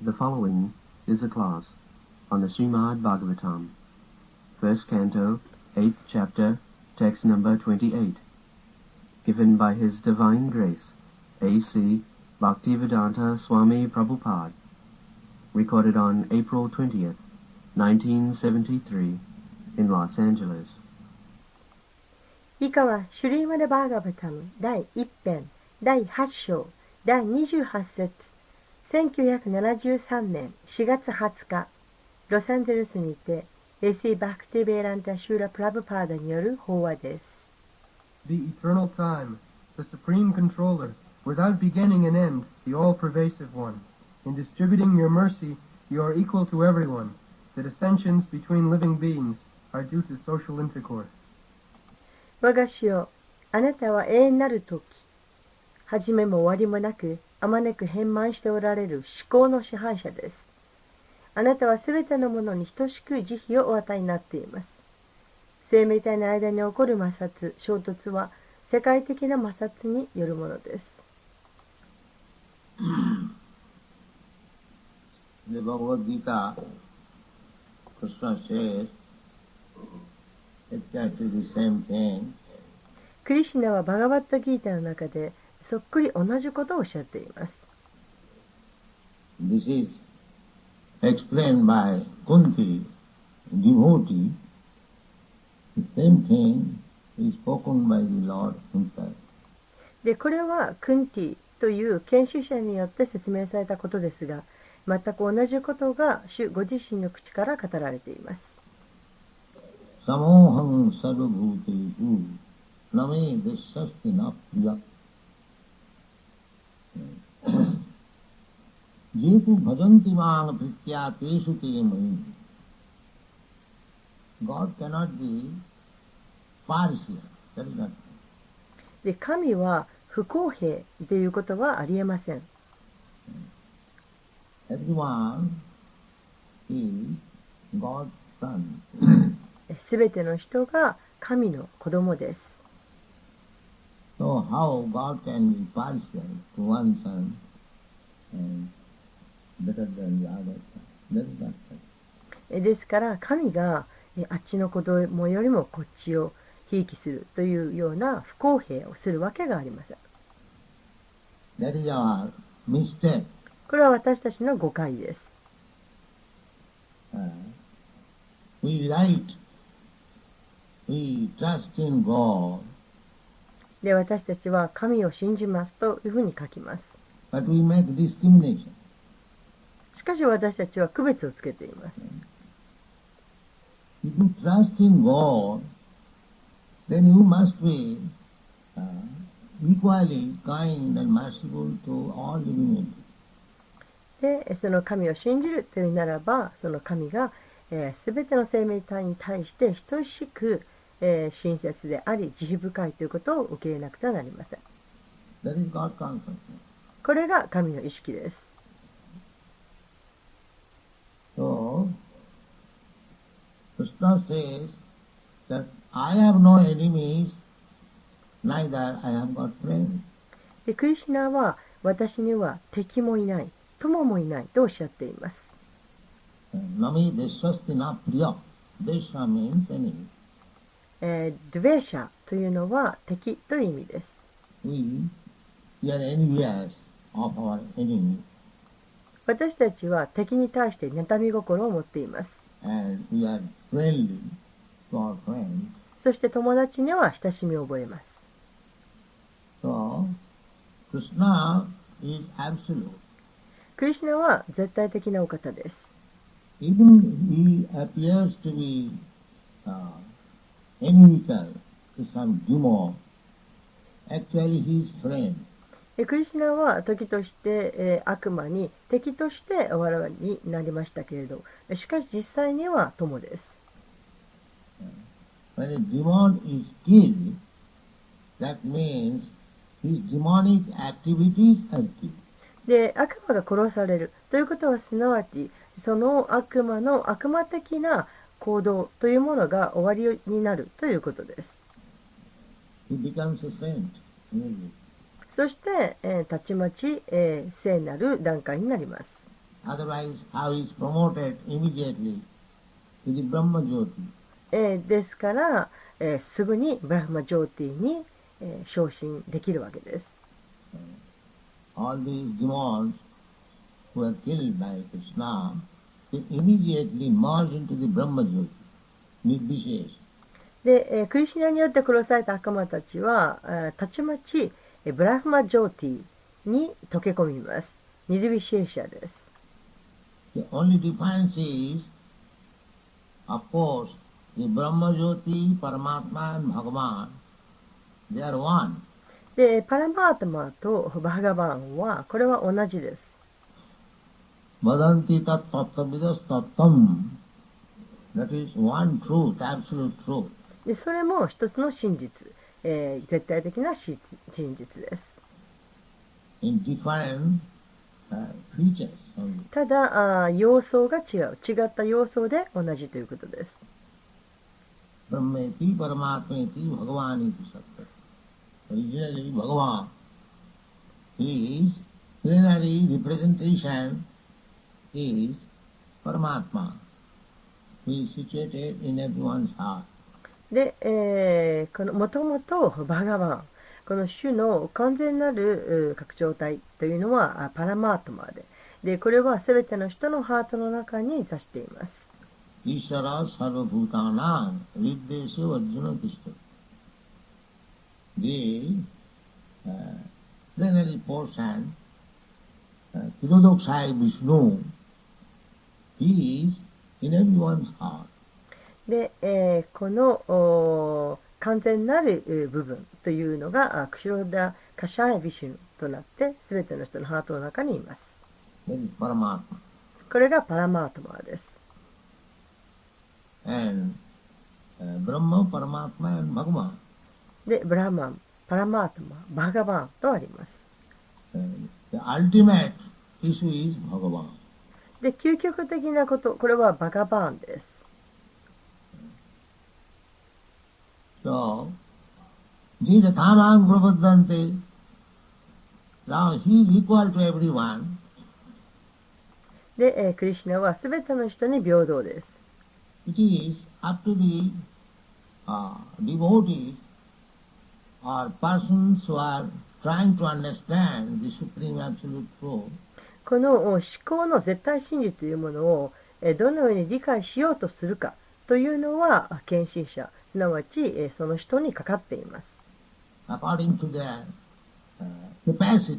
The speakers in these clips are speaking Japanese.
The following is a class on the Srimad Bhagavatam, first canto, eighth chapter, text number 28, given by His Divine Grace, A.C. Bhaktivedanta Swami Prabhupada, recorded on April 20th, 1973, in Los Angeles. 以下はシュリーマダ・バーガバタム第1編第8章第28節1973年4月20日ロサンゼルスにて AC バクティベーランタ・シューラ・プラブパーダによる法話です the eternal time, the supreme controller, without beginning and end, the all-pervasive one. In distributing your mercy, you are equal to everyone. The dissensions between living beings are due to social intercourse. 我が主よあなたは永遠なる時始めも終わりもなくあまねく変満しておられる思考の支配者ですあなたはすべてのものに等しく慈悲をお与えになっています生命体の間に起こる摩擦衝突は世界的な摩擦によるものです The Bhagavad Gita, Krishna says exactly the same thing. クリシュナはバガバットギータの中でそっくり同じことをおっしゃっています This is explained by Kunti, devotee. The same thing is spoken by the Lord Himself. でこれはクンティという研修者によって説明されたことですが全く同じことが主ご自身の口から語られています Samoham sarvabhuteshu name deshasti na priya. Jetu bhajanti man pritya teshu te mayi. God cannot be partial. That is not で神は不公平でいうことはありえません Everyone is God's son. すべての人が神の子供です So how God can be partial to one son and better than the other son? That is not right. えですから神がえあっちの子供よりもこっちをひいきするというような不公平をするわけがありません That is our mistake. これは私たちの誤解です Uh, we write, we trust in God, で私たちは神を信じますというふうに書きます but we make discrimination. しかし私たちは区別をつけています If you trust in God, then you must be uh, equally kind and merciful to all living entities. でえその神を信じるというならばその神が、えー全ての生命体に対して等しく、えー親切であり慈悲深いということを受け入れなくてはなりません That is God consciousness. これが神の意識です So, Krishna says that I have no enemies, neither I have got friends. でクリシュナは私には敵もいない友もいないとおっしゃっています Nami deshastina priya. Desha means enemy. えードゥベーシャというのは敵という意味です We, we are envious of our enemy 私たちは敵に対して妬み心を持っています and we are friendly to our friends. そして友達には親しみを覚えます So, Krishna is absolute. クリシュナは絶対的なお方です。 Even he appears to be uh, inimical to some demon. Actually, he is friend. えクリシュナは時として、えー悪魔に敵としてお笑いになりましたけれど、しかし実際には友です。 When a demon is killed, that means his demonic activities are killed. で、悪魔が殺されるということはすなわち、その悪魔の悪魔的な行動というものが終わりになるということです。 He becomes a saint. really. そして、えーたちまち、えー聖なる段階になります。 Otherwise, how is promoted immediately to the Brahma Jyoti? えーですから、えーすぐにブラフマ・ジョーティーに、えー昇進できるわけです。 All these demons who were killed by Krishna, they immediately merge into the Brahma Jyoti, Nirvishesh. で、えークリシュナによって殺された悪魔たちは、えーたちまち、えーブラフマ・ジョーティーに溶け込みます。ニルビシエーシャです。 The only difference is, of course, the Brahma Jyoti, Paramatma and Bhagavan, they are one. で、パラマータマとバーガバンは、これは同じです。 Vadanti tat tattvavidas tattam. That is one truth, absolute truth. で、それも一つの真実、えー絶対的な真真実です。 in different uh, features. only. ただ、あー様相が違う。違った様相で同じということです。 Brahmeti, Paramatmeti, Bhagavan is Sattva. Originally, Bhagavan is plenary representation is Paramatma, who is situated in everyone's heart. で、えーこのもともとバガバンこの種の完全なるうー拡張体というのはあパラマートマーででこれは全ての人のハートの中に座しています Ishara sarvabhutanam riddeshu arjuna tishta. The uh, plenary portion, uh, Tirodoksai Vishnu, he is in everyone's heart. で、えーこのおー完全なるうー部分というのがあクシロダ・カシャエ・ビシュヌとなって全ての人のハートの中にいます That is Paramatma. これがパラマートマーです And uh, Brahma, Paramatma and Bhagavan. でブラマンパラマートマーバガバンとあります And the ultimate issue is Bhagavan. で究極的なことこれはバガバーンです。 So, Jesus Tamang Prabhadante, now he is equal to everyone, で、えークリシュナはすべての人に平等です。 it is up to the uh, devotees or persons who are trying to understand the Supreme Absolute Truth このお思考の絶対真理というものを、えーどのように理解しようとするかというのは、あ献身者、すなわち、えーその人にかかっています。 according to their uh, capacity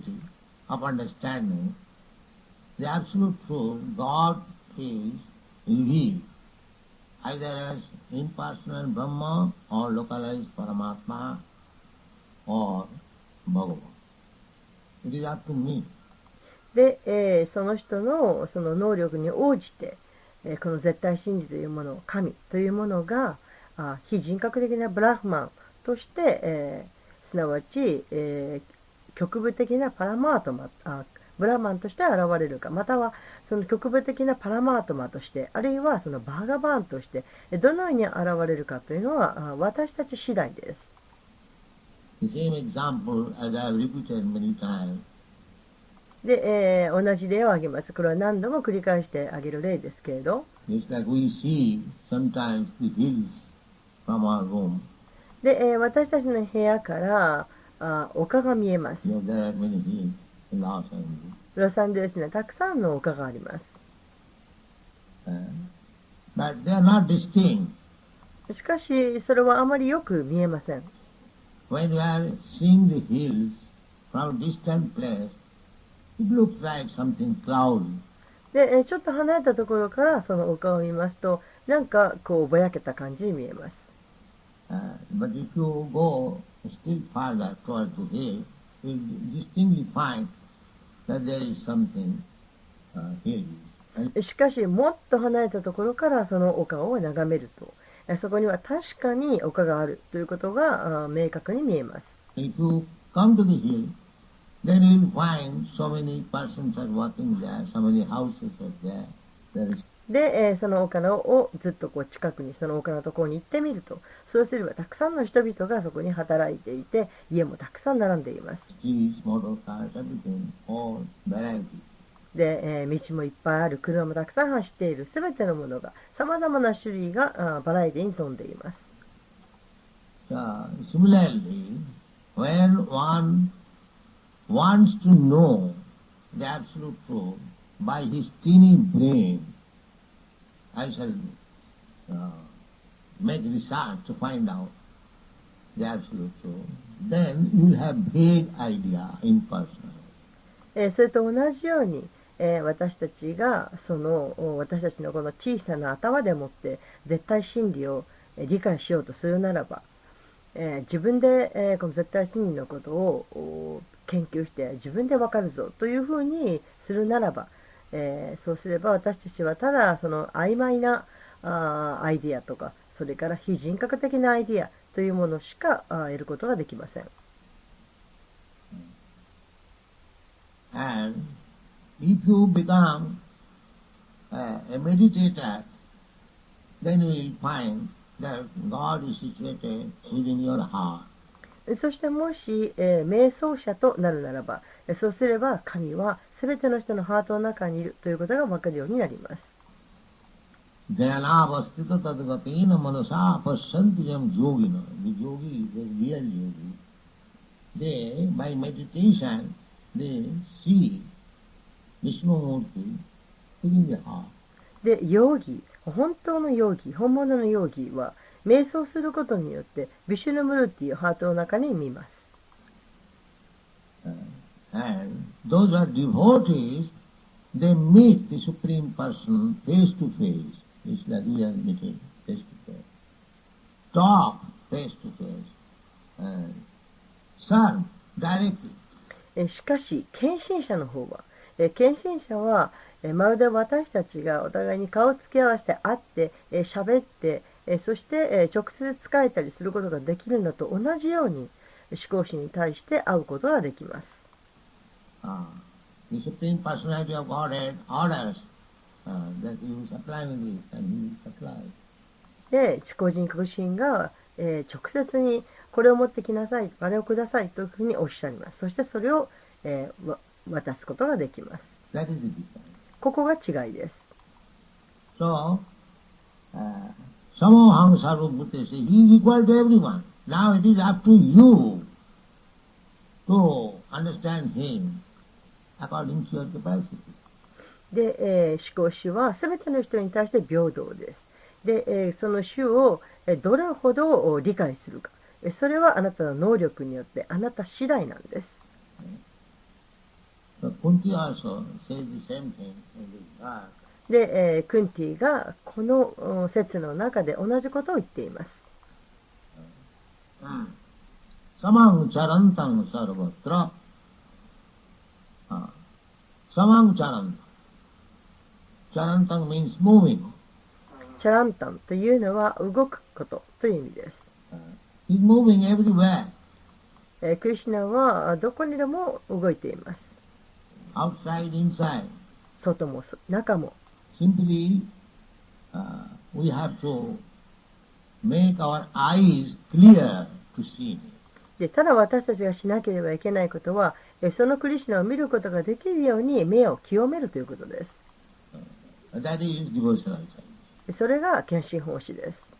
of understanding. The Absolute Truth, God is revealed either as impersonal Brahma or localized Paramatma or Bhagavan. It is up to me. で、えーその人のその能力に応じて、えーこの絶対真理というものを神というものがあ非人格的なブラフマンとして、えーすなわち、えー局部的なパラマートマあブラマンとして現れるかまたはその局部的なパラマートマとしてあるいはそのバーガバーンとしてえーどのように現れるかというのはあ私たち次第です。 The same example as I have repeated many times. で、えー同じ例を挙げます。これは何度も繰り返してあげる例ですけれど。 Just like we see sometimes the hills from our room, で、えー私たちの部屋からあ丘が見えます。 you know, there are many hills in Los Angeles. ロサンゼルスにはたくさんの丘があります。 But they are not distinct. しかし、それはあまりよく見えません。 When you are seeing the hills from a distant place, it looks like something cloudy. で、えーちょっと離れたところからその丘を見ますと、なんかこうぼやけた感じに見えます。 Uh, but if you go still farther towards the hill, you distinctly find that there is something uh, hill. しかし、もっと離れたところからその丘を眺めると、えーそこには確かに丘があるということがあー明確に見えます。 If you come to the hill, then you will find so many persons are working there, so many houses are there. There is で、えーその丘のをずっとこう近くにその丘のところに行ってみるとそうすればたくさんの人々がそこに働いていて家もたくさん並んでいます trees, motor cars, everything, all variety. で、えー道もいっぱいある車もたくさん走っているすべてのものがさまざまな種類があーバラエティに富んでいます Uh, similarly, where one wants to know the absolute truth by his teeny brain, I shall uh, make research to find out the absolute truth. Then you will have vague idea, impersonal. えーそれと同じように、えー私たちがそのお私たちのこの小さな頭でもって絶対真理をえー理解しようとするならば、えー自分で、えーこの絶対真理のことをお研究して自分でわかるぞというふうにするならば、えーそうすれば私たちはただその曖昧なあーアイディアとかそれから非人格的なアイディアというものしかあー得ることができません。 And if you become uh, a meditator, then you will find that God is situated within your heart. そしてもし、えー瞑想者となるならば、えーそうすれば神はすべての人のハートの中にいるということがわかるようになります。 ध्यानावस्थित तदगतेन मनसा पश्यन्ति यं योगिन The yogi is a real yogi. They, by meditation, they see Vishnamurti within the heart. で、容疑、本当の容疑、本物の容疑は、瞑想することによって、ビシュヌムルーティをハートの中に見ます。 And those who are devotees, they meet the Supreme Person face to face. It's like we are meeting face to face. Talk face to face. And serve directly. えーしかし、献身者の方は、えー献身者は、えーまるで私たちがお互いに顔をつき合わせて会って、えー喋って、えーそして、えー直接仕えたりすることができるのと同じように、思考心に対して会うことができます。 Uh, the Supreme Personality of Godhead orders uh, that you supply with this and he will supply. で、思考人格心が、えー直接にこれを持ってきなさい、あれをくださいというふうにおっしゃいます。そしてそれを、えーわ渡すことができます。 That is the difference. ここが違いです。 So, uh, Samoham Sarvabhute says, he is equal to everyone. Now it is up to you to understand him according to your capacity. で、えー思考主は全ての人に対して平等です。で、えーその主をえーどれほどお理解するか、えーそれはあなたの能力によってあなた次第なんです。 So Kunti also says the same thing in this verse. で、えークンティがこのうん説の中で同じことを言っています。 Samang charantam sarvatra. Uh, samang charantam. Charantam means moving. チャランタンというのは動くことという意味です。 He's moving everywhere. えークリシュナはあどこにでも動いています。 outside, inside. 外もそ中も。 Simply, uh, we have to make our eyes clear to see. でただ私たちがしなければいけないことは、えーそのクリシュナを見ることができるように目を清めるということです。 That is devotional service. それが献身奉仕です。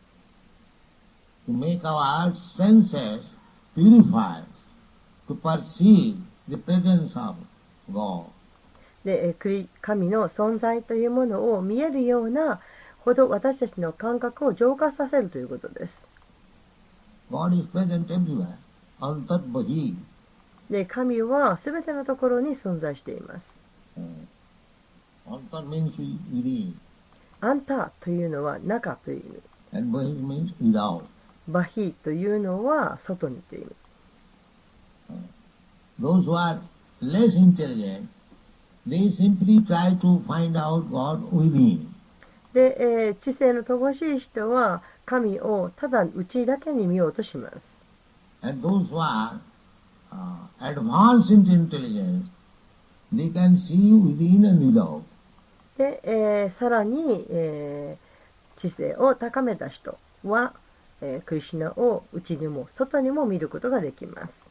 To make our senses purified, to perceive the presence of God. で、えークリ神の存在というものを見えるようなほど私たちの感覚を浄化させるということです。 God is present everywhere. Antat Bahi. で、神はすべてのところに存在しています。 Antat means within, あんたというのは中という意味、 and Bahi means without. バヒというのは外にという意味。 those who are less intelligent, they simply try to find out God within. で、えー知性の乏しい人は神をただ内だけに見ようとします。 And those who are uh, advanced in intelligence, they can see within and without. で、えーさらに、えー知性を高めた人は、えークリシュナを内にも外にも見ることができます。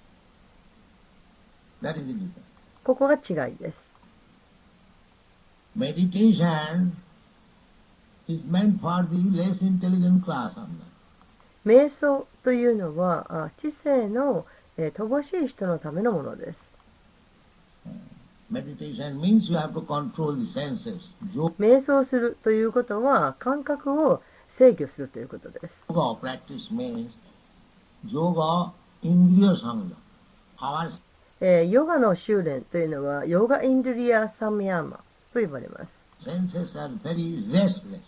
That is the difference. ここが違いです。 Meditation is meant for the less intelligent class of man. 瞑想というのはあ知性の、えー乏しい人のためのものです。 Meditation means you have to control the senses. Yoga 瞑想するということは感覚を制御するということです。 practice means yoga indriya sangha. Our えーヨガの修練というのはヨガインドリア・サミヤーマと呼ばれます。 senses are very restless.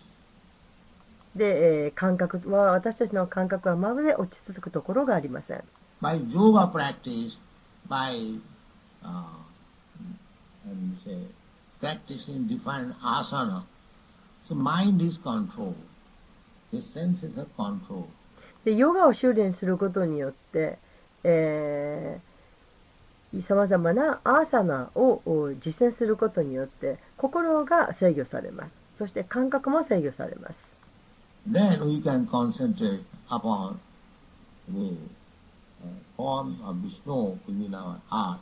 で、えー感覚は私たちの感覚はまるで落ち着くところがありません。 By yoga practice, by uh, and say, practicing different asana, so mind is controlled. The senses are controlled. でヨガを修練することによって、えさまざまなアーサナをお実践することによって心が制御されますそして感覚も制御されます Then we can concentrate upon the uh, form of Vishnu within our heart.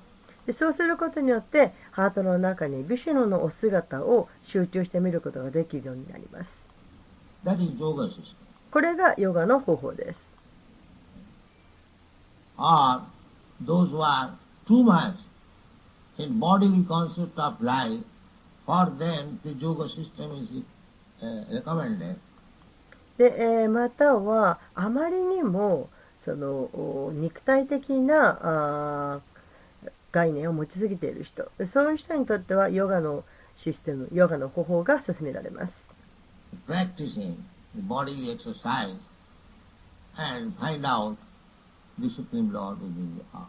でそうすることによってハートの中にビシュヌのお姿を集中してみることができるようになります That is yoga system. これがヨガの方法です Or those who are too much in bodily concept of life, for them the yoga system is uh, recommended. で、えーまたはあまりにもそのお肉体的なあー概念を持ちすぎている人そういう人にとってはヨガのシステムヨガの方法が勧められます Practicing the bodily exercise and find out the Supreme Lord within the heart.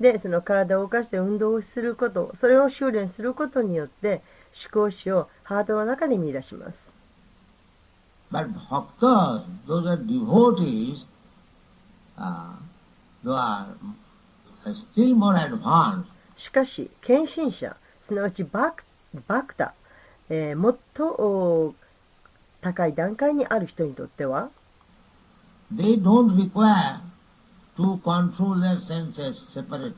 でその体を動かして運動をすることそれを修練することによって思考史をハートの中に見出します But bhaktas, those are devotees, uh, they are still more advanced. しかし献身者すなわちバクバクタ、えーもっとお高い段階にある人にとっては They don't require to control their senses separately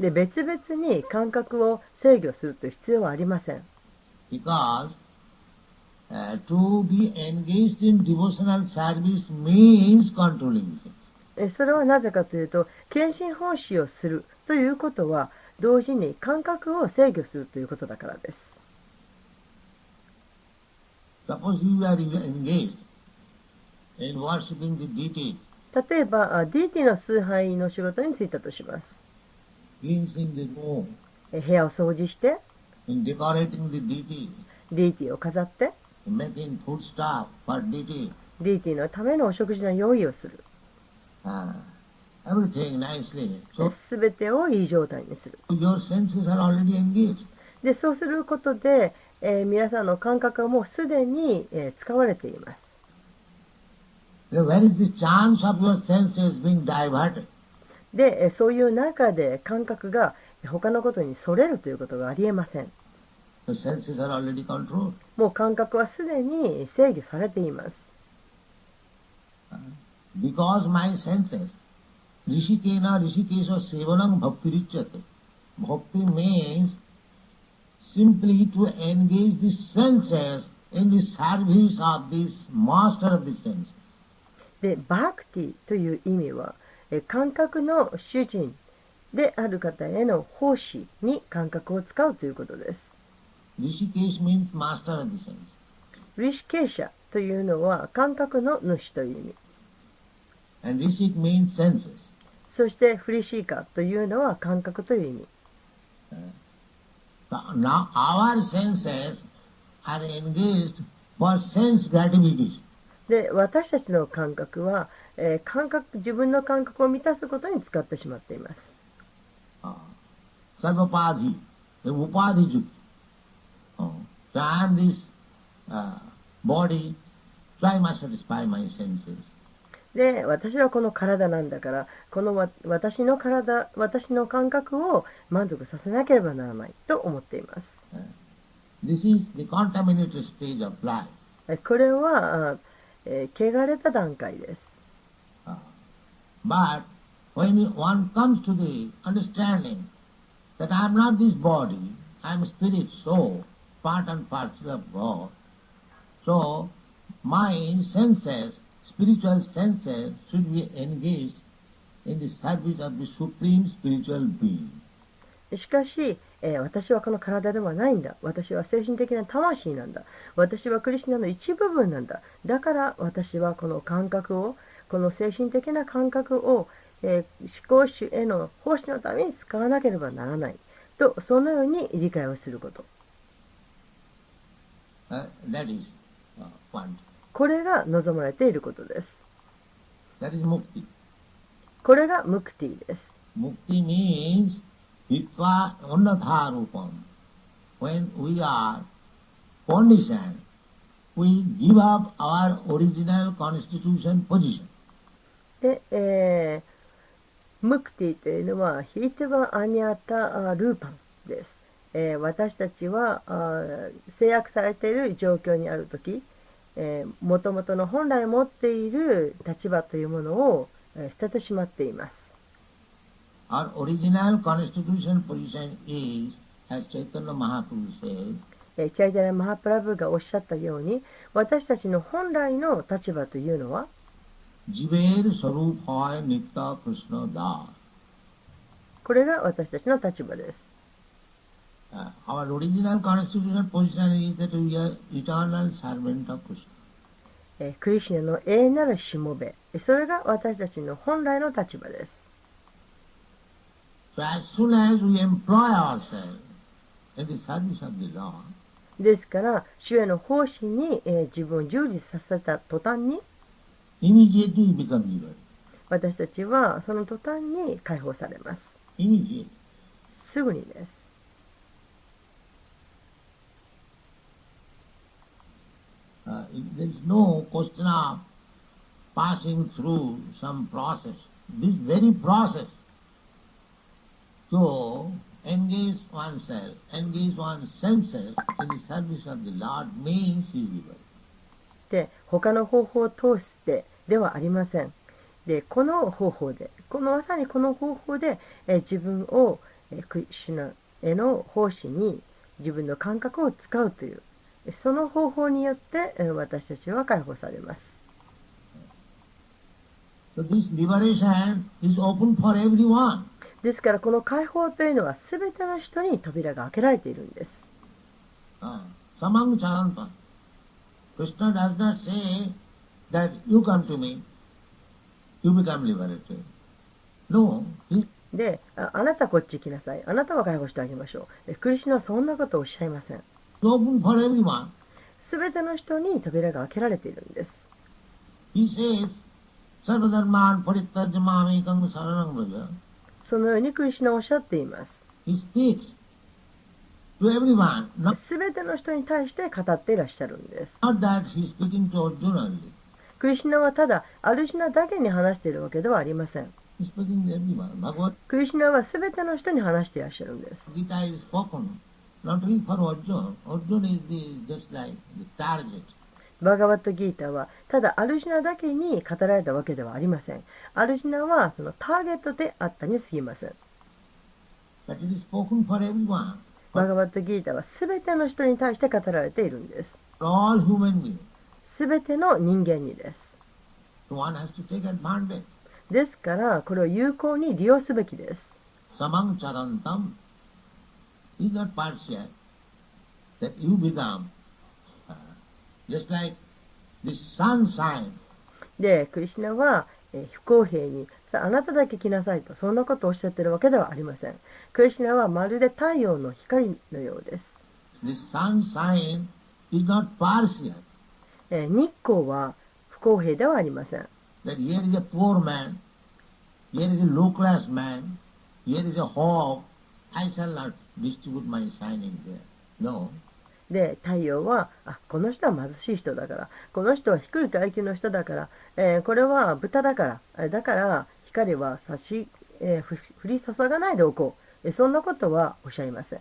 で別々に感覚を制御するという必要はありません because uh, to be engaged in devotional service means controlling the senses. えそれはなぜかというと検診奉仕をするということは同時に感覚を制御するということだからです Suppose you are engaged in worshipping the deity, 例えばあ DT の崇拝の仕事に就いたとします cleansing the room, え部屋を掃除して in decorating the deity, DT を飾って in making food stuff for deity, DT のためのお食事の用意をする uh, everything nicely. So すべてをいい状態にする your senses are already engaged. でそうすることで、えー皆さんの感覚はもうすでに、えー使われています Then where is the chance of your senses being diverted? でえーそういう中で感覚が他のことにそれるということがありえません The senses are already controlled. もう感覚はすでに制御されています。 Because my senses, Rishikena Rishikesha Sevanam Bhakti Richyate. Bhakti means simply to engage the senses in the service of this master of the senses. で、バクティという意味は、え感覚の主人である方への奉仕に感覚を使うということです。 Rishikesh means master of the senses. リシケーシャというのは感覚の主という意味。 And Rishik means senses. そしてフリシーカというのは感覚という意味。 So now our senses are engaged for sense gratification. で、私たちの感覚は、えー感覚、自分の感覚を満たすことに使ってしまっています。हाँ। Sarvapadhi, the Upadhi Yukti. Oh. So I am this uh, body, so I must satisfy my senses. で私はこの体なんだからこのわ私の体私の感覚を満足させなければならないと思っています。 This is the contaminated stage of life. えこれは、あえー汚れた段階です。 But when one comes to the understanding that I am not this body, I am spirit, soul, part and parcel of God. So, my senses, spiritual senses, should be engaged in the service of the Supreme Spiritual Being. しかし、えー私はこの体ではないんだ。私は精神的な魂なんだ。私はクリシナの一部分なんだ。だから私はこの感覚を、この精神的な感覚を、えー思考主への奉仕のために使わなければならない。と、そのように理解をすること。 Uh, that is uh, one. これが望まれていることです。 That is mukti. これがムクティです。 Mukti means hitva unnatha rupam. When we are conditioned, we give up our original constitution position. で、えームクティというのは、ひいてはアニャタ・ルーパンです。えー私たちはあー制約されている状況にあるとき、もともとの本来持っている立場というものを、えー捨ててしまっています。 Our original constitution position is, as Chaitanya Mahaprabhu says, えーチャイダラ・マハプラブがおっしゃったように、私たちの本来の立場というのは、 জীবের স্বরূপ হয় নিত্য কৃষ্ণ দাস これが私たちの立場です。 আওয়ার অরিজিনাল কনস্টিটিউশন পজিশন ইজ দ্যাট উই আর ইটার্নাল সার্ভেন্ট অফ কৃষ্ণ えークリシナの永遠なるしもべ、それが私たちの本来の立場です。 সো অ্যাজ সুন অ্যাজ উই এমপ্লয় আওয়ার সেলফ ইন দি সার্ভিস অফ দি লর্ড ですから、主への奉仕に、えー自分を従事させた途端に、 ইমিডিয়েটলি বিকাম লিভার 私たちはその途端に解放されます。 ইমিডিয়েট すぐにです。 দের ইজ নো কোশ্চেন অফ পাসিং থ্রু সাম প্রসেস দিস ভেরি প্রসেস টু এনগেজ ওয়ান সেলফ এনগেজ ওয়ান সেন্সেস ইন দি সার্ভিস অফ দি লর্ড মিন্স ইজ লিভার で、他の方法を通してではありません。で、この方法で、このまさにこの方法で、えー自分を、えークリシュナへの奉仕に自分の感覚を使うという、その方法によって、えー私たちは解放されます。 So this liberation is open for everyone. ですから、この解放というのは全ての人に扉が開けられているんです。 Uh, Samang Charantam. Krishna does not say that you come to me, you become liberated. No, he, であ、あなたこっち来なさい。あなたは解放してあげましょう。えクリシュナはそんなことをおっしゃいません。 he's open for everyone. すべての人に扉が開けられているんです。 He says, Sarvadharman parityajamami kang saranam braja. そのようにクリシュナはおっしゃっています。 He speaks to everyone. Not, すべての人に対して語っていらっしゃるんです。 not that he's speaking to Arjuna only. クリシュナはただ、アルシュナだけに話しているわけではありません。 He's speaking to everyone. Bhagavad クリシュナはすべての人に話していらっしゃるんです。 Gita is spoken, not only for Arjuna. Arjuna is the, just like the target. バガワットギータは、ただアルシュナだけに語られたわけではありません。アルシュナはそのターゲットであったにすぎません。 But it is spoken for everyone, バガワットギータはすべての人に対して語られているんです。 for all human beings. すべての人間にです。 So one has to take advantage. ですから、これを有効に利用すべきです。 Samang charantam is not partial. That you become uh, just like the sunshine. で、クリシナは、えー不公平に、さあ、あなただけ来なさいと、そんなことをおっしゃってるわけではありません。クリシナはまるで太陽の光のようです。 The sunshine is not partial. えー日光は不公平ではありません。 That here is a poor man, here is a low class man, here is a hog. I shall not distribute my shining there. No. で、太陽は、あ、この人は貧しい人だから、この人は低い階級の人だから、えーこれは豚だから、えーだから光は差し、えーふ降り注がないでおこう。えーそんなことはおっしゃいません。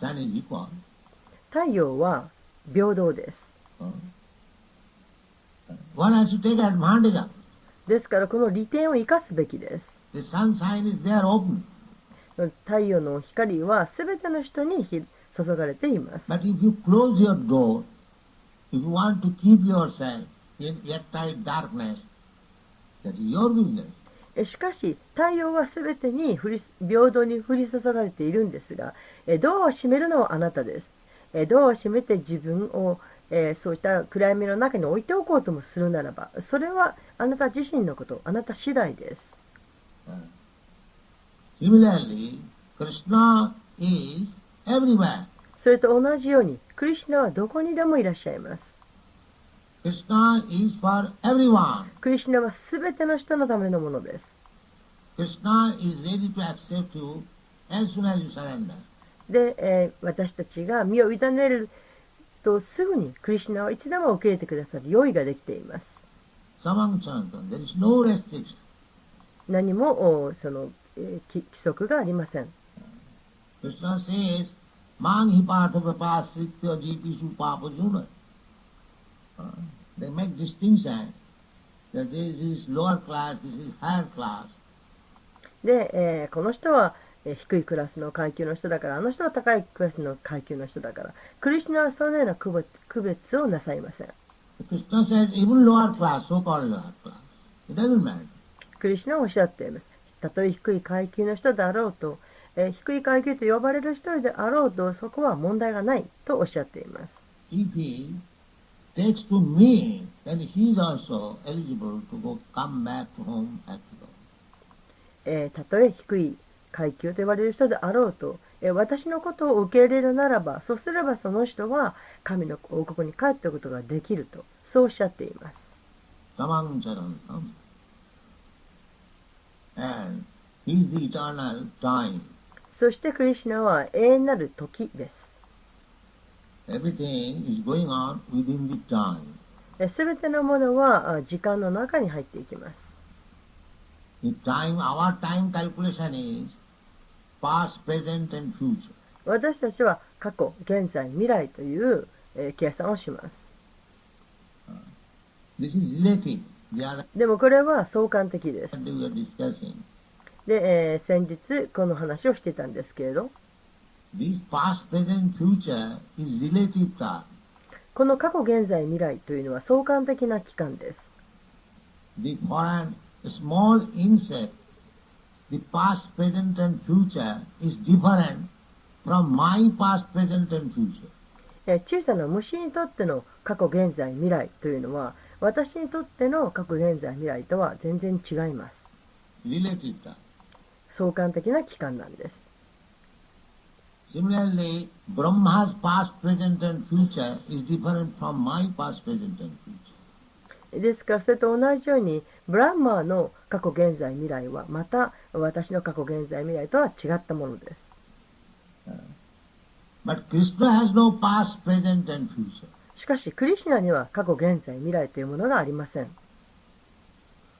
Sun is equal. 太陽は平等です。 Uh, One has to take advantage of. it. ですから、この利点を生かすべきです。 The sunshine is there open. 太陽の光は全ての人にひ注がれています But if you close your door, if you want to keep yourself in airtight darkness, that is your business. えしかし太陽は全てに降り平等に降り注がれているんですがえドアを閉めるのはあなたですえドアを閉めて自分をえーそうした暗闇の中に置いておこうともするならばそれはあなた自身のことあなた次第です Similarly, Krishna is everywhere. それと同じようにクリシュナはどこにでもいらっしゃいます Krishna is for everyone. クリシュナは全ての人のためのものです Krishna is ready to accept you as soon as you surrender. で、えー私たちが身を委ねるとすぐにクリシュナはいつでも受け入れてくださる用意ができています Samang Chantan, there is no restriction. 何もおその、えーき規則がありません Krishna says, Mang hipatapapasritya jipishu papajuna. Uh, They make distinction that this is lower class, this is higher class. で、えーこの人はえー低いクラスの階級の人だからあの人は高いクラスの階級の人だからクリシュナはそのような区別区別をなさいません Krishna says, even lower class, so-called lower class. It doesn't matter. クリシュナはおっしゃっていますたとえ低い階級の人であろうと、えー低い階級と呼ばれる人であろうとそこは問題がないとおっしゃっています If he takes to me, then he is also eligible to go come back to home after all. えーたとえ低い階級と言われる人であろうと、えー私のことを受け入れるならばそうすればその人は神の王国に帰ってくことができるとそうおっしゃっています Samang Charanam. And he is the eternal time. そしてクリシュナは永遠なる時です、 Everything is going on within the time. えー、全てのものはあ時間の中に入っていきます The time, our time calculation is past, present and future. 私たちは過去現在未来という、えー計算をします This is relative. The other でもこれは相関的です day we were discussing. で、えー先日この話をしていたんですけれど This past, present, future is relative time. この過去現在未来というのは相関的な期間です The for an small insect, the past, present and future is different from my past, present and future. えー小さな虫にとっての過去現在未来というのは私にとっての過去現在未来とは全然違います Relative time. 相関的な期間なんです Similarly, Brahma's past, present and future is different from my past, present and future. ですからそれと同じようにブランマーの過去現在未来はまた私の過去現在未来とは違ったものです But Krishna has no past, present and future. しかしクリシュナには過去現在未来というものがありません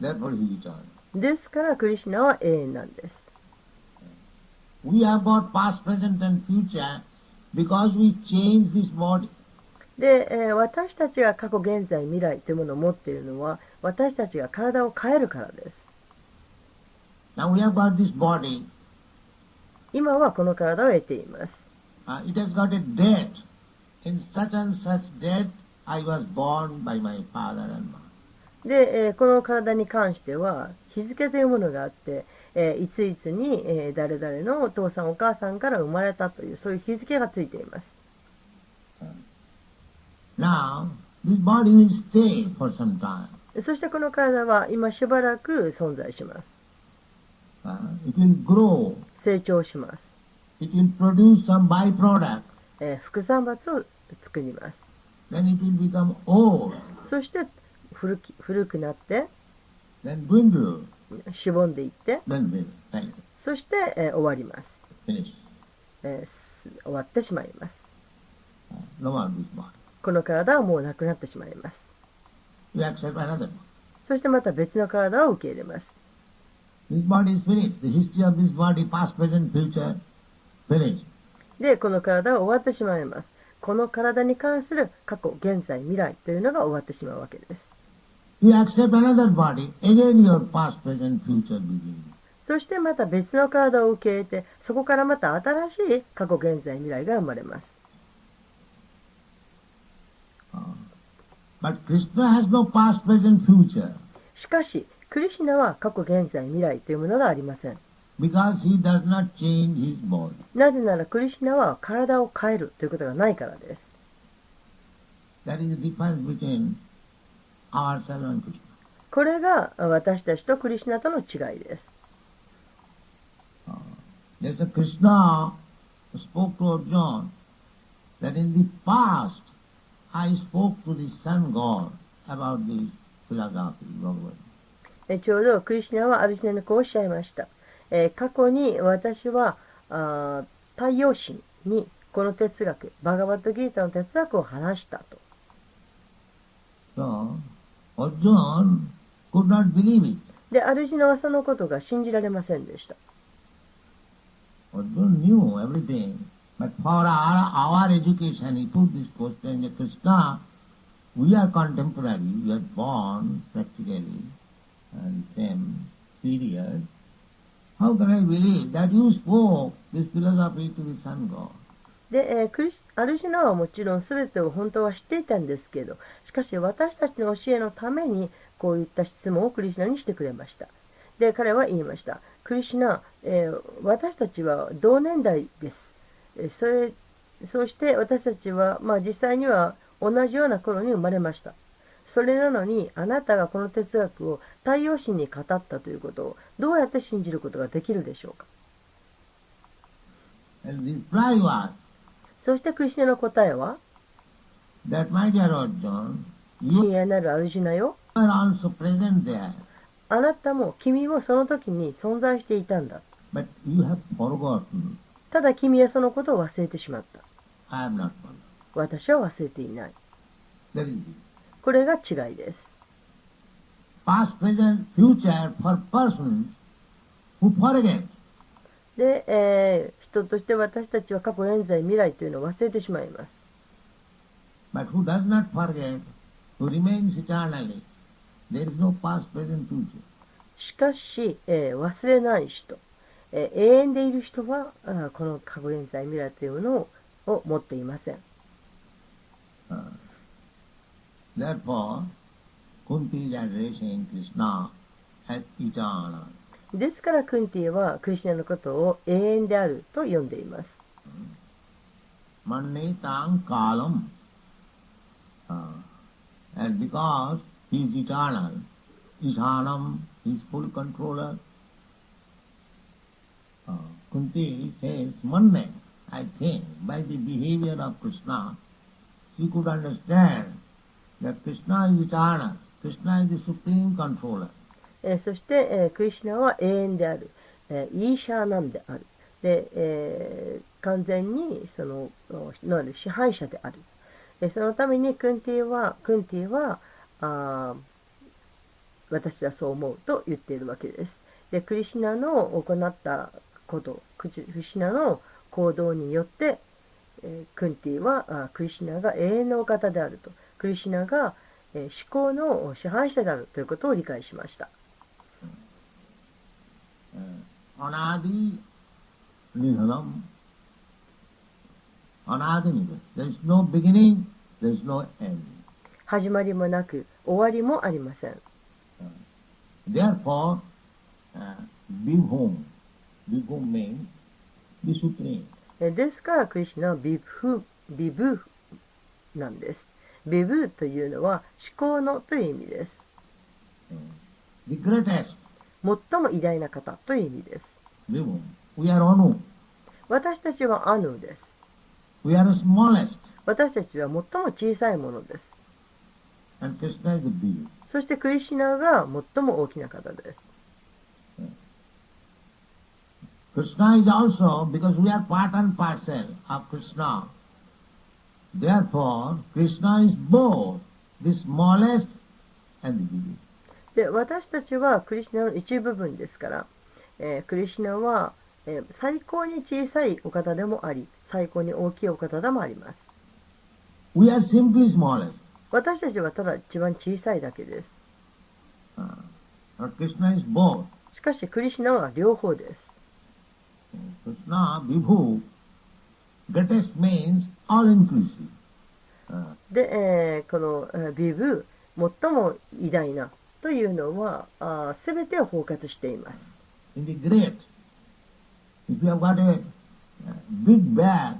Therefore he is eternal. ですからクリシュナは永遠なんです We have got past, present and future because we change this body. で、えー私たちが過去現在未来というものを持っているのは私たちが体を変えるからです Now we have got this body. 今はこの体を得ています。 Uh, it has got a date. In such and such date I was born by my father and mother. で、えーこの体に関しては日付というものがあって、えーいついつに、えー誰々のお父さんお母さんから生まれたというそういう日付がついています。 Now this body will stay for some time. そしてこの体は今しばらく存在します。 Uh, it will grow. 成長します。 It will produce some byproduct. えー副産物を作ります。 Then it will become old. そして古き古くなって、 Then dwindle. しぼんでいって、 Then will. Thank you. そして、えー終わります、 Finish. えーす終わってしまいます。 Uh, no more this body. この体はもうなくなってしまいます。 You accept another body. そしてまた別の体を受け入れます。 This body is finished. The history of this body, past, present, future, finished. でこの体は終わってしまいますこの体に関する過去現在未来というのが終わってしまうわけです You accept another body. Again your past, present, future begins. そしてまた別の体を受け入れて、そこからまた新しい過去、現在、未来が生まれます。 But Krishna has no past, present, future しかし、クリシナは過去、現在、未来というものがありません。 because he does not change his body. なぜならクリシナは体を変えるということがないからです。 That is the difference between ourselves and Krishna. これが私たちとクリシナとの違いです。 There's a Krishna spoke to Arjuna that in the past I spoke to the sun god about the philosophy, Bhagavad. えちょうどクリシナはアルジナにこうおっしゃいました。えー過去に私はあー太陽神にこの哲学、バガバットギータの哲学を話したと。 So Arjuna could not believe it. で、アルジナはそのことが信じられませんでした。 Arjuna knew everything, but for our, our education he put this question, that Krishna, we are contemporary, we are born practically and same period. How can I believe that you spoke this philosophy to the sun god? で、えークリシアルジナはもちろん全てを本当は知っていたんですけど、しかし私たちの教えのためにこういった質問をクリシナにしてくれました。で、彼は言いました。クリシナ、えー私たちは同年代です。えーそれそして私たちは、まあ、実際には同じような頃に生まれました。それなのにあなたがこの哲学を太陽神に語ったということをどうやって信じることができるでしょうか And the reply was, そしてクリシナの答えは that my dear Arjuna, 親 you 愛なるアルジナよ are also present there, あなたも君もその時に存在していたんだ。 but you have forgotten. ただ君はそのことを忘れてしまった。 I have not forgotten. 私は忘れていない。 That is it. これが違いです。 Past, present, future for persons who forget. で、えー人として私たちは過去、現在、未来というのを忘れてしまいます。 But who does not forget, who remains eternally, there is no past, present, future. しかし、えー忘れない人、えー永遠でいる人はあーこの過去、現在、未来というものをを持っていません。 Therefore, Kunti is addressing Krishna as eternal. ですから、クンティはクリシナのことを永遠であると呼んでいます。 Manetang Kalam. Uh, and because he is eternal, Ishanam is full controller. Uh, Kunti says, Manne, I think, by the behavior of Krishna, she could understand that Krishna is eternal. Krishna is the supreme controller. えーそして、えークリシュナは永遠である、えーイーシャーナムであるで、えー完全にそのおのある支配者である、えーそのためにクンティはクンティはあー私はそう思うと言っているわけですでクリシュナの行ったことクリクリシュナの行動によって、えークンティはあークリシュナが永遠のお方であるとクリシュナが、えー思考の支配者であるということを理解しました Anadi Nidhanam. Anadi Nidhanam. There is no beginning, there is no end. 始まりもなく終わりもありません Therefore, uh, Vibhum. Vibhum means the Supreme. えですからクリシュナはビブビブなんですビブというのは思考のという意味です The greatest 最も偉大な方という意味です Vibhum. We are Anu. 私たちはアヌです We are the smallest. 私たちは最も小さいものです And Krishna is the big. そしてクリシュナが最も大きな方です Krishna is also, because we are part and parcel of Krishna. Therefore, Krishna is both the smallest and the biggest. で私たちはクリシュナの一部分ですから、えークリシュナは、えー最高に小さいお方でもあり最高に大きいお方でもあります We are simply smallest. 私たちはただ一番小さいだけです。 But Krishna is both しかし、クリシナは両方です。 Krishna, Vibhu, greatest means all inclusive. Uh, で、えーこのえービブ、最も偉大なというのは、すべてを包括しています。 in the great, if you have got a uh, big bag,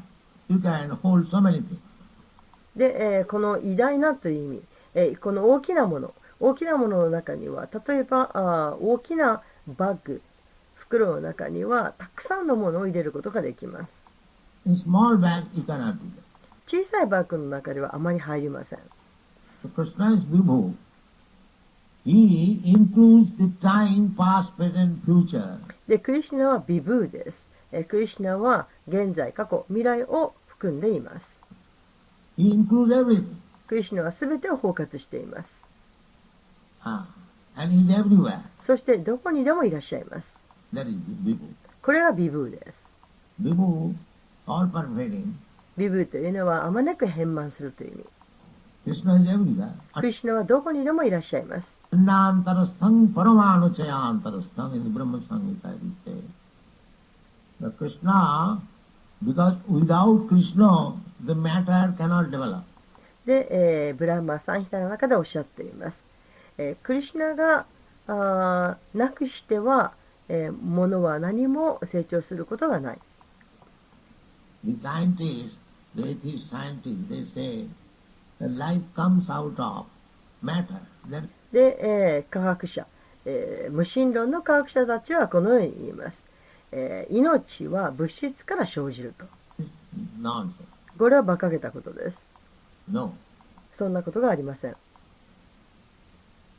you can hold so many things. で、えーこの偉大なという意味、えーこの大きなもの、大きなものの中には、例えばあー大きなバッグ、袋の中にはたくさんのものを入れることができます。 In small bag, you cannot do that. 小さいバッグの中ではあまり入りません。 So Krishna is Vibhu. He includes the time, past, present, future. で、クリシナはビブーです。えークリシナは現在、過去、未来を含んでいます。 He includes everything. クリシナは全てを包括しています。 Ah, and he's everywhere. そしてどこにでもいらっしゃいます。 That is Vibhu. これがビブーです。 Vibhu, all pervading. ビブーというのはあまねく変満するという意味。 Krishna is everywhere. クリシナはどこにでもいらっしゃいます。 Anantarastham paramanuchayantarastham in the Brahma Sanghita we say. The Krishna, because without Krishna the matter cannot develop. で、えーブランマーサンヒタの中でおっしゃっています。えークリシナがあーなくしては、えー物は何も成長することがない。 The scientists, the atheist scientists, they say the life comes out of matter. That で、えー科学者、えー無神論の科学者たちはこのように言います。えー命は物質から生じると。 is nonsense. これは馬鹿げたことです。 No. そんなことがありません。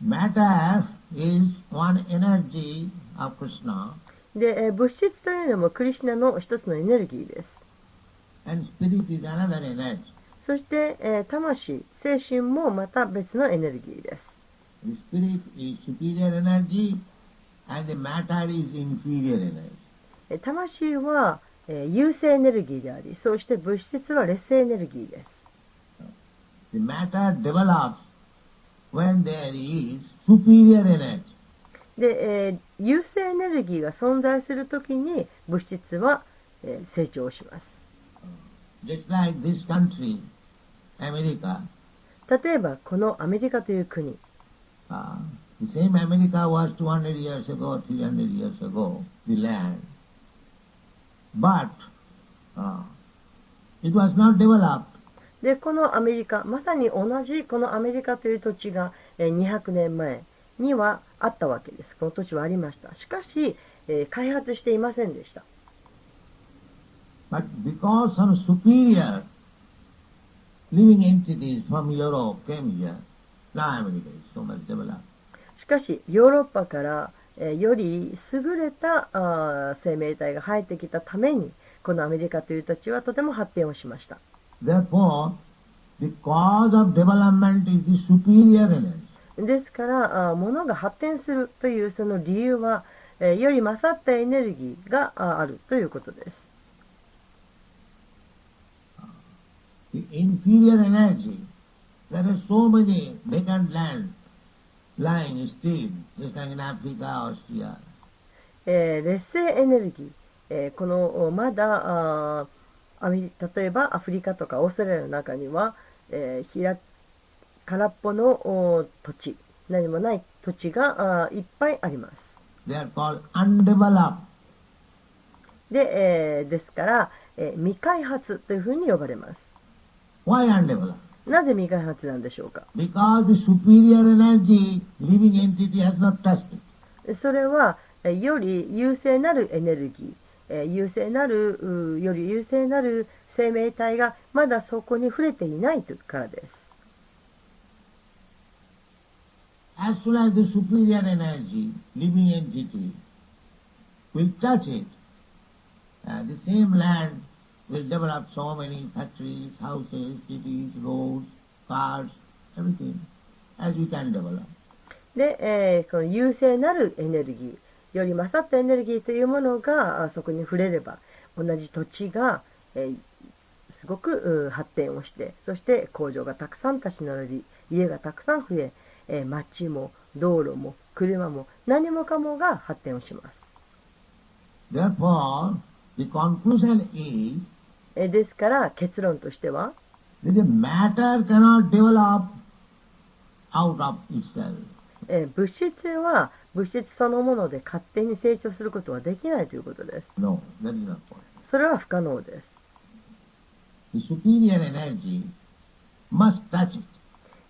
Matter is one energy of Krishna で、えー物質というのもクリシナの一つのエネルギーです。 and spirit is another energy. そして、えー魂、精神もまた別のエネルギーです。 The spirit is superior energy and the matter is inferior energy. えー魂は、えー優勢エネルギーであり、そして物質は劣勢エネルギーです。 The matter develops when there is superior energy. で、えー優勢エネルギーが存在するときに物質は、えー成長します。 Just like this country, America, 例えばこのアメリカという国 uh, the same America was 200 years ago, 300 years ago, the land. But uh, it was not developed. でこのアメリカまさに同じこのアメリカという土地がえー200年前にはあったわけですこの土地はありましたしかし、えー開発していませんでした But because some superior living entities from Europe came here, now America is so much developed. しかしヨーロッパから、えーより優れたあー生命体が生えてきたためにこのアメリカという土地はとても発展をしました Therefore, the cause of development is the superior energy. ですからあー物が発展するというその理由は、えーより勝ったエネルギーがあーあるということです The inferior energy, there are so many vacant land lying still, just like in Africa, Austria. えー劣勢エネルギー、えーこのおまだあーアメリ例えばアフリカとかオーストラリアの中には、えーひら空っぽのお土地何もない土地があーいっぱいあります。 They are called undeveloped. で、えーですから、えー未開発というふうに呼ばれます。 Why undeveloped? なぜ未開発なんでしょうか Because the superior energy, living entity has not touched it. それは、えーより優勢なるエネルギー、えー優勢なるうーより優勢なる生命体がまだそこに触れていないというからです。 As soon as the superior energy, living entity, will touch it, uh, the same land will develop so many factories, houses, cities, roads, cars, everything, as you can develop. で、えーこの優勢なるエネルギーより勝ったエネルギーというものがあそこに触れれば同じ土地が、えーすごくうー発展をしてそして工場がたくさん立ち並び家がたくさん増ええー町も道路も車も何もかもが発展をします。 Therefore, the conclusion is えですから結論としては that the matter cannot develop out of itself. えー物質は物質そのもので勝手に成長することはできないということです。 No, that is not possible. それは不可能です。 The superior energy must touch it.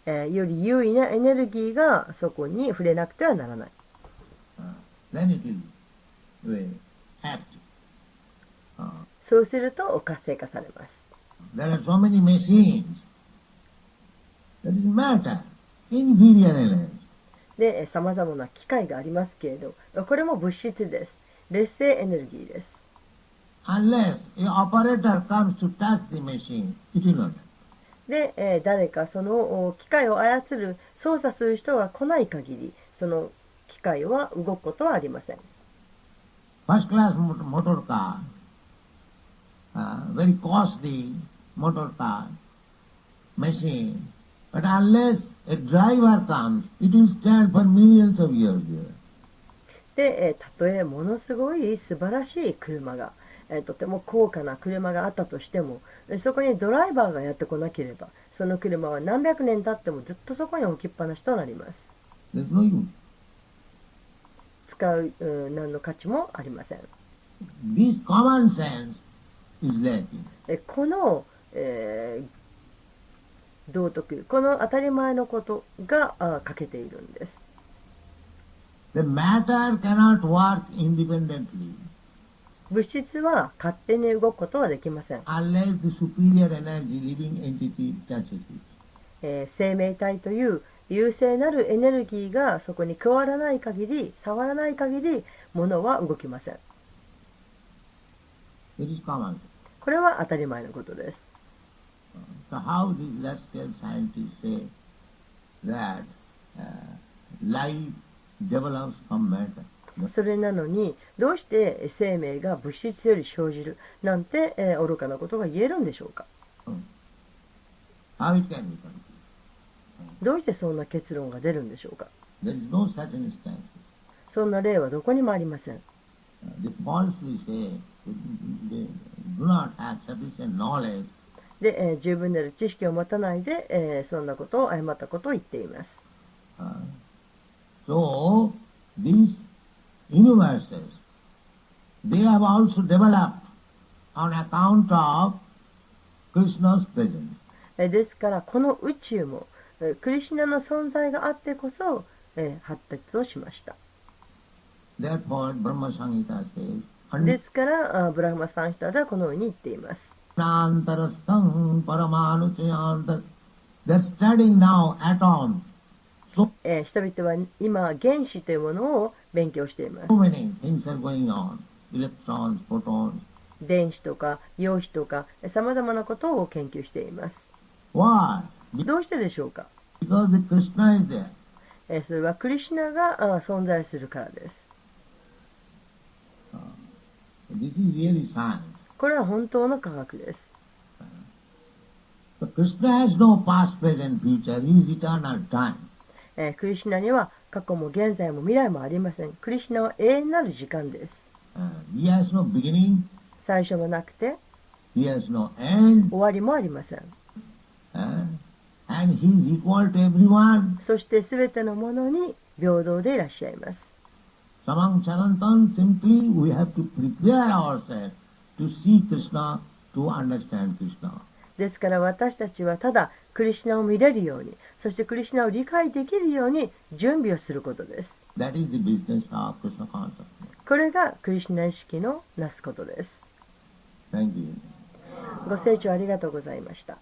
えーより優位なエネルギーがそこに触れなくてはならない。 Uh, then it will uh, act. Uh, そうすると活性化されます。 there are so many machines. That is matter, inferior energy. で、さまざまな機械がありますけれど、これも物質です。劣勢エネルギーです。 Unless a operator comes to touch the machine, it will not. act. で、えー誰かそのお機械を操る、操作する人が来ない限り、その機械は動くことはありません。 First class mot- motor car, uh, very costly motor car, machine. But unless a driver comes, it will stand for millions of years there. で、えーたとえものすごい素晴らしい車が、えーとても高価な車があったとしてもえーそこにドライバーがやってこなければその車は何百年経ってもずっとそこに置きっぱなしとなります There's no use. 使う、うん何の価値もありません This common sense is lacking. えこの、えー道徳この当たり前のことがあ欠けているんです The matter cannot work independently 物質は勝手に動くことはできません、 unless the superior energy living entity touches it. えー生命体という優勢なるエネルギーがそこに加わらない限り触らない限り物は動きません It is common. これは当たり前のことです、 So how these large-scale scientists say that uh, life develops from matter? それなのにどうして生命が物質より生じるなんて、えー愚かなことが言えるんでしょうか How it can be done? どうしてそんな結論が出るんでしょうか There is no such instance. そんな例はどこにもありません Uh, they falsely say they do not have sufficient knowledge で、えー十分なる知識を持たないで、えーそんなことを誤ったことを言っています Uh, so these universes, they have also developed on account of Krishna's presence. えーですからこの宇宙も、えークリシナの存在があってこそ、えー発達をしました Therefore, Brahma Sanghita says, ですからあーブラフマ・サンヒタではこのように言っています "Anantarastam paramanuchayantas." They're studying now atoms, えー人々は今原子というものを勉強しています so many things are going on, electrons, photons. 電子とか陽子とかさまざまなことを研究しています。 Why? どうしてでしょうか Because the Krishna is there. えーそれはクリシュナがあー存在するからです。 This is really science. これは本当の科学です。 So Krishna has no past, present, future. He is eternal time. えークリシュナには過去も現在も未来もありません。クリシュナは永遠なる時間です。 Uh, he has no beginning. 最初もなくて He has no end. 終わりもありません。 uh, and he is equal to everyone. そして全てのものに平等でいらっしゃいます。 Samang Charantan, simply we have to prepare ourselves to see Krishna, to understand Krishna. ですから私たちはただクリシュナを見れるように、そしてクリシュナを理解できるように準備をすることです。 That is the business of Krishna consciousness. これがクリシュナ意識のなすことです。 Thank you. ご清聴ありがとうございました。